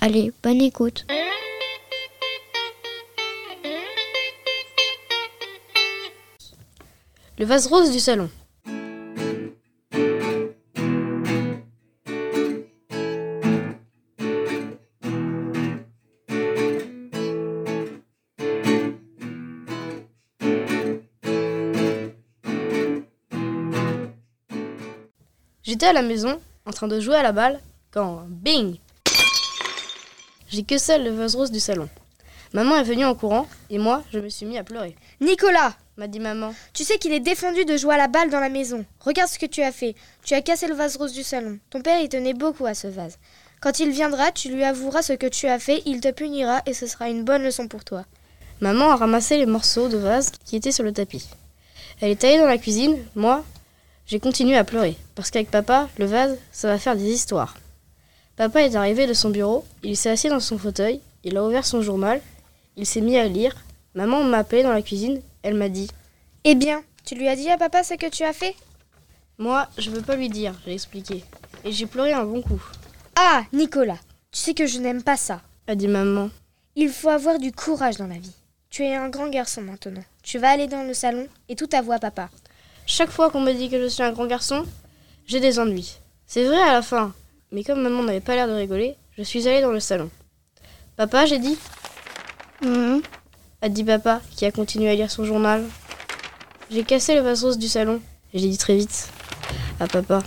Allez, bonne écoute. Le vase rose du salon. J'étais à la maison, en train de jouer à la balle, quand bing J'ai que seul le vase rose du salon. Maman est venue en courant, et moi, je me suis mis à pleurer. Nicolas, M'a dit maman. tu sais qu'il est défendu de jouer à la balle dans la maison. Regarde ce que tu as fait. Tu as cassé le vase rose du salon. Ton père y tenait beaucoup à ce vase. Quand il viendra, tu lui avoueras ce que tu as fait, il te punira et ce sera une bonne leçon pour toi. Maman a ramassé les morceaux de vase qui étaient sur le tapis. Elle est allée dans la cuisine, moi, j'ai continué à pleurer, parce qu'avec papa, le vase, ça va faire des histoires. Papa est arrivé de son bureau, il s'est assis dans son fauteuil, il a ouvert son journal, il s'est mis à lire. Maman m'a appelé dans la cuisine, elle m'a dit Eh bien, tu lui as dit à papa ce que tu as fait Moi, je veux pas lui dire, j'ai expliqué. Et j'ai pleuré un bon coup, Ah, Nicolas, tu sais que je n'aime pas ça. a dit maman. Il faut avoir du courage dans la vie. Tu es un grand garçon maintenant. Tu vas aller dans le salon et tout avouer à papa. Chaque fois qu'on me dit que je suis un grand garçon, j'ai des ennuis. C'est vrai à la fin, mais comme maman n'avait pas l'air de rigoler, je suis allée dans le salon. Papa, j'ai dit, Mhm. a dit papa, qui a continué à lire son journal. J'ai cassé le vase rose du salon, et j'ai dit très vite à papa.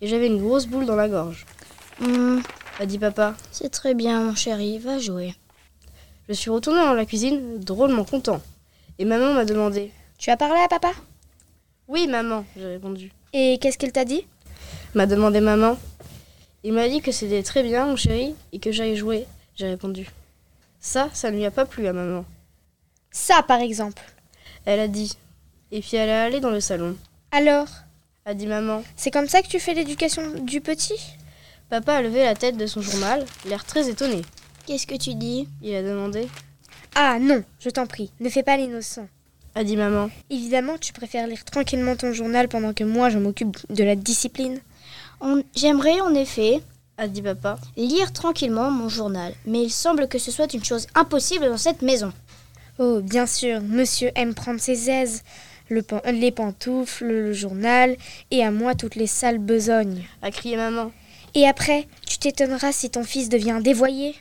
Et j'avais une grosse boule dans la gorge, a dit papa. Mhm. C'est très bien, mon chéri, va jouer. Je suis retourné dans la cuisine, drôlement content. Et maman m'a demandé, Tu as parlé à papa Oui, maman, j'ai répondu. Et qu'est-ce qu'il t'a dit m'a demandé maman. Il m'a dit que c'était très bien, mon chéri, et que j'aille jouer. J'ai répondu. Ça, ça ne lui a pas plu à maman. Ça, par exemple. Elle a dit. Et puis elle est allée dans le salon. Alors A dit maman. C'est comme ça que tu fais l'éducation du petit Papa a levé la tête de son journal, l'air très étonné. Qu'est-ce que tu dis Il a demandé. Ah non, je t'en prie, ne fais pas l'innocent. A dit maman. Évidemment, tu préfères lire tranquillement ton journal pendant que moi je m'occupe de la discipline. On- J'aimerais en effet A dit papa. lire tranquillement mon journal, mais il semble que ce soit une chose impossible dans cette maison. Oh, bien sûr, monsieur aime prendre ses aises, le pan- les pantoufles, le journal, et à moi toutes les sales besognes. A crié maman. Et après, tu t'étonneras si ton fils devient dévoyé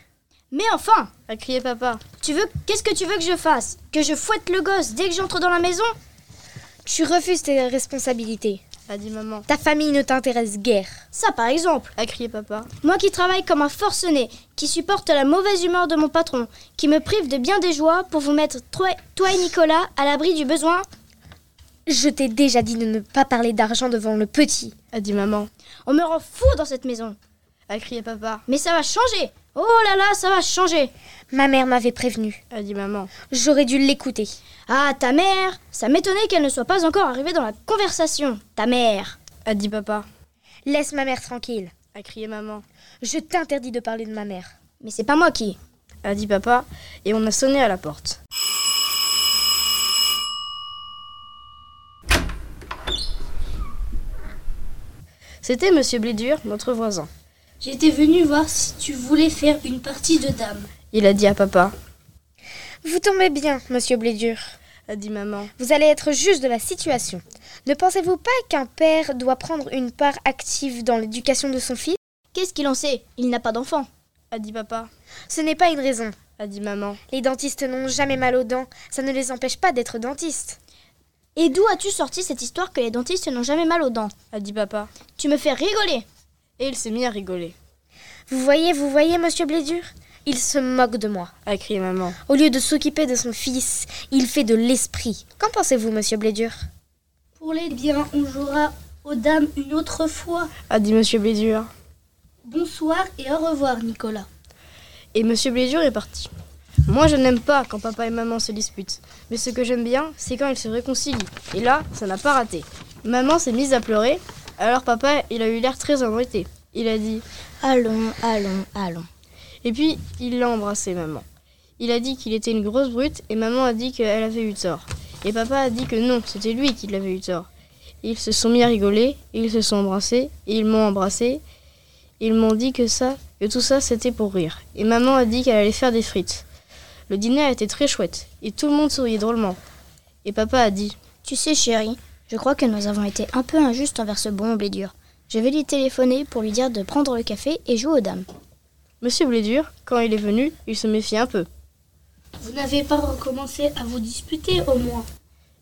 Mais enfin, A crié papa. tu veux qu'est-ce que tu veux que je fasse Que je fouette le gosse dès que j'entre dans la maison Tu refuses tes responsabilités. A dit maman. Ta famille ne t'intéresse guère. Ça par exemple. A crié papa. Moi qui travaille comme un forcené, qui supporte la mauvaise humeur de mon patron, qui me prive de bien des joies pour vous mettre toi, toi et Nicolas à l'abri du besoin. Je t'ai déjà dit de ne pas parler d'argent devant le petit. A dit maman. On me rend fou dans cette maison. A crié papa. Mais ça va changer. Oh là là, ça va changer. Ma mère m'avait prévenu. A dit maman. J'aurais dû l'écouter. Ah, ta mère Ça m'étonnait qu'elle ne soit pas encore arrivée dans la conversation. Ta mère A dit papa. Laisse ma mère tranquille. A crié maman. Je t'interdis de parler de ma mère. Mais c'est pas moi qui. A dit papa. Et on a sonné à la porte. C'était Monsieur Blédur, notre voisin. J'étais venu voir si tu voulais faire une partie de dame. Il a dit à papa. Vous tombez bien, monsieur Blédur. A dit maman. Vous allez être juge de la situation. Ne pensez-vous pas qu'un père doit prendre une part active dans l'éducation de son fils Qu'est-ce qu'il en sait Il n'a pas d'enfant. a dit papa, Ce n'est pas une raison. a dit maman. Les dentistes n'ont jamais mal aux dents. Ça ne les empêche pas d'être dentistes. Et d'où as-tu sorti cette histoire que les dentistes n'ont jamais mal aux dents a dit papa. Tu me fais rigoler Et il s'est mis à rigoler, Vous voyez, vous voyez, monsieur Blédur Il se moque de moi. a crié maman. Au lieu de s'occuper de son fils, il fait de l'esprit. Qu'en pensez-vous, monsieur Blédur Pour les biens, on jouera Oh, aux dames une autre fois. a dit Monsieur Blédur. Bonsoir et au revoir, Nicolas. Et Monsieur Blédur est parti. Moi, je n'aime pas quand papa et maman se disputent. Mais ce que j'aime bien, c'est quand ils se réconcilient. Et là, ça n'a pas raté. Maman s'est mise à pleurer. Alors papa, il a eu l'air très embêté. Il a dit Allons, allons, allons. Et puis, il l'a embrassé, maman. Il a dit qu'il était une grosse brute et maman a dit qu'elle avait eu tort. Et papa a dit que non, c'était lui qui l'avait eu tort. Ils se sont mis à rigoler, ils se sont embrassés, et ils m'ont embrassé. Ils m'ont dit que ça, que tout ça, c'était pour rire. Et maman a dit qu'elle allait faire des frites. Le dîner a été très chouette, et tout le monde souriait drôlement. Et papa a dit Tu sais, chérie, je crois que nous avons été un peu injustes envers ce bon blé dur. Je vais lui téléphoner pour lui dire de prendre le café et jouer aux dames. Monsieur Blédur, quand il est venu, il se méfiait un peu. Vous n'avez pas recommencé à vous disputer au moins.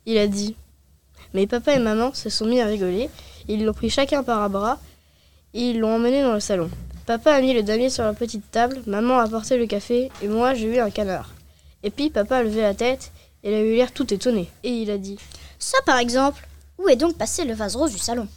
Il a dit. Mais papa et maman se sont mis à rigoler. Ils l'ont pris chacun par un bras et ils l'ont emmené dans le salon. Papa a mis le damier sur la petite table, maman a apporté le café et moi j'ai eu un canard. Et puis papa a levé la tête, il a eu l'air tout étonné et il a dit Ça, par exemple. Où est donc passé le vase rose du salon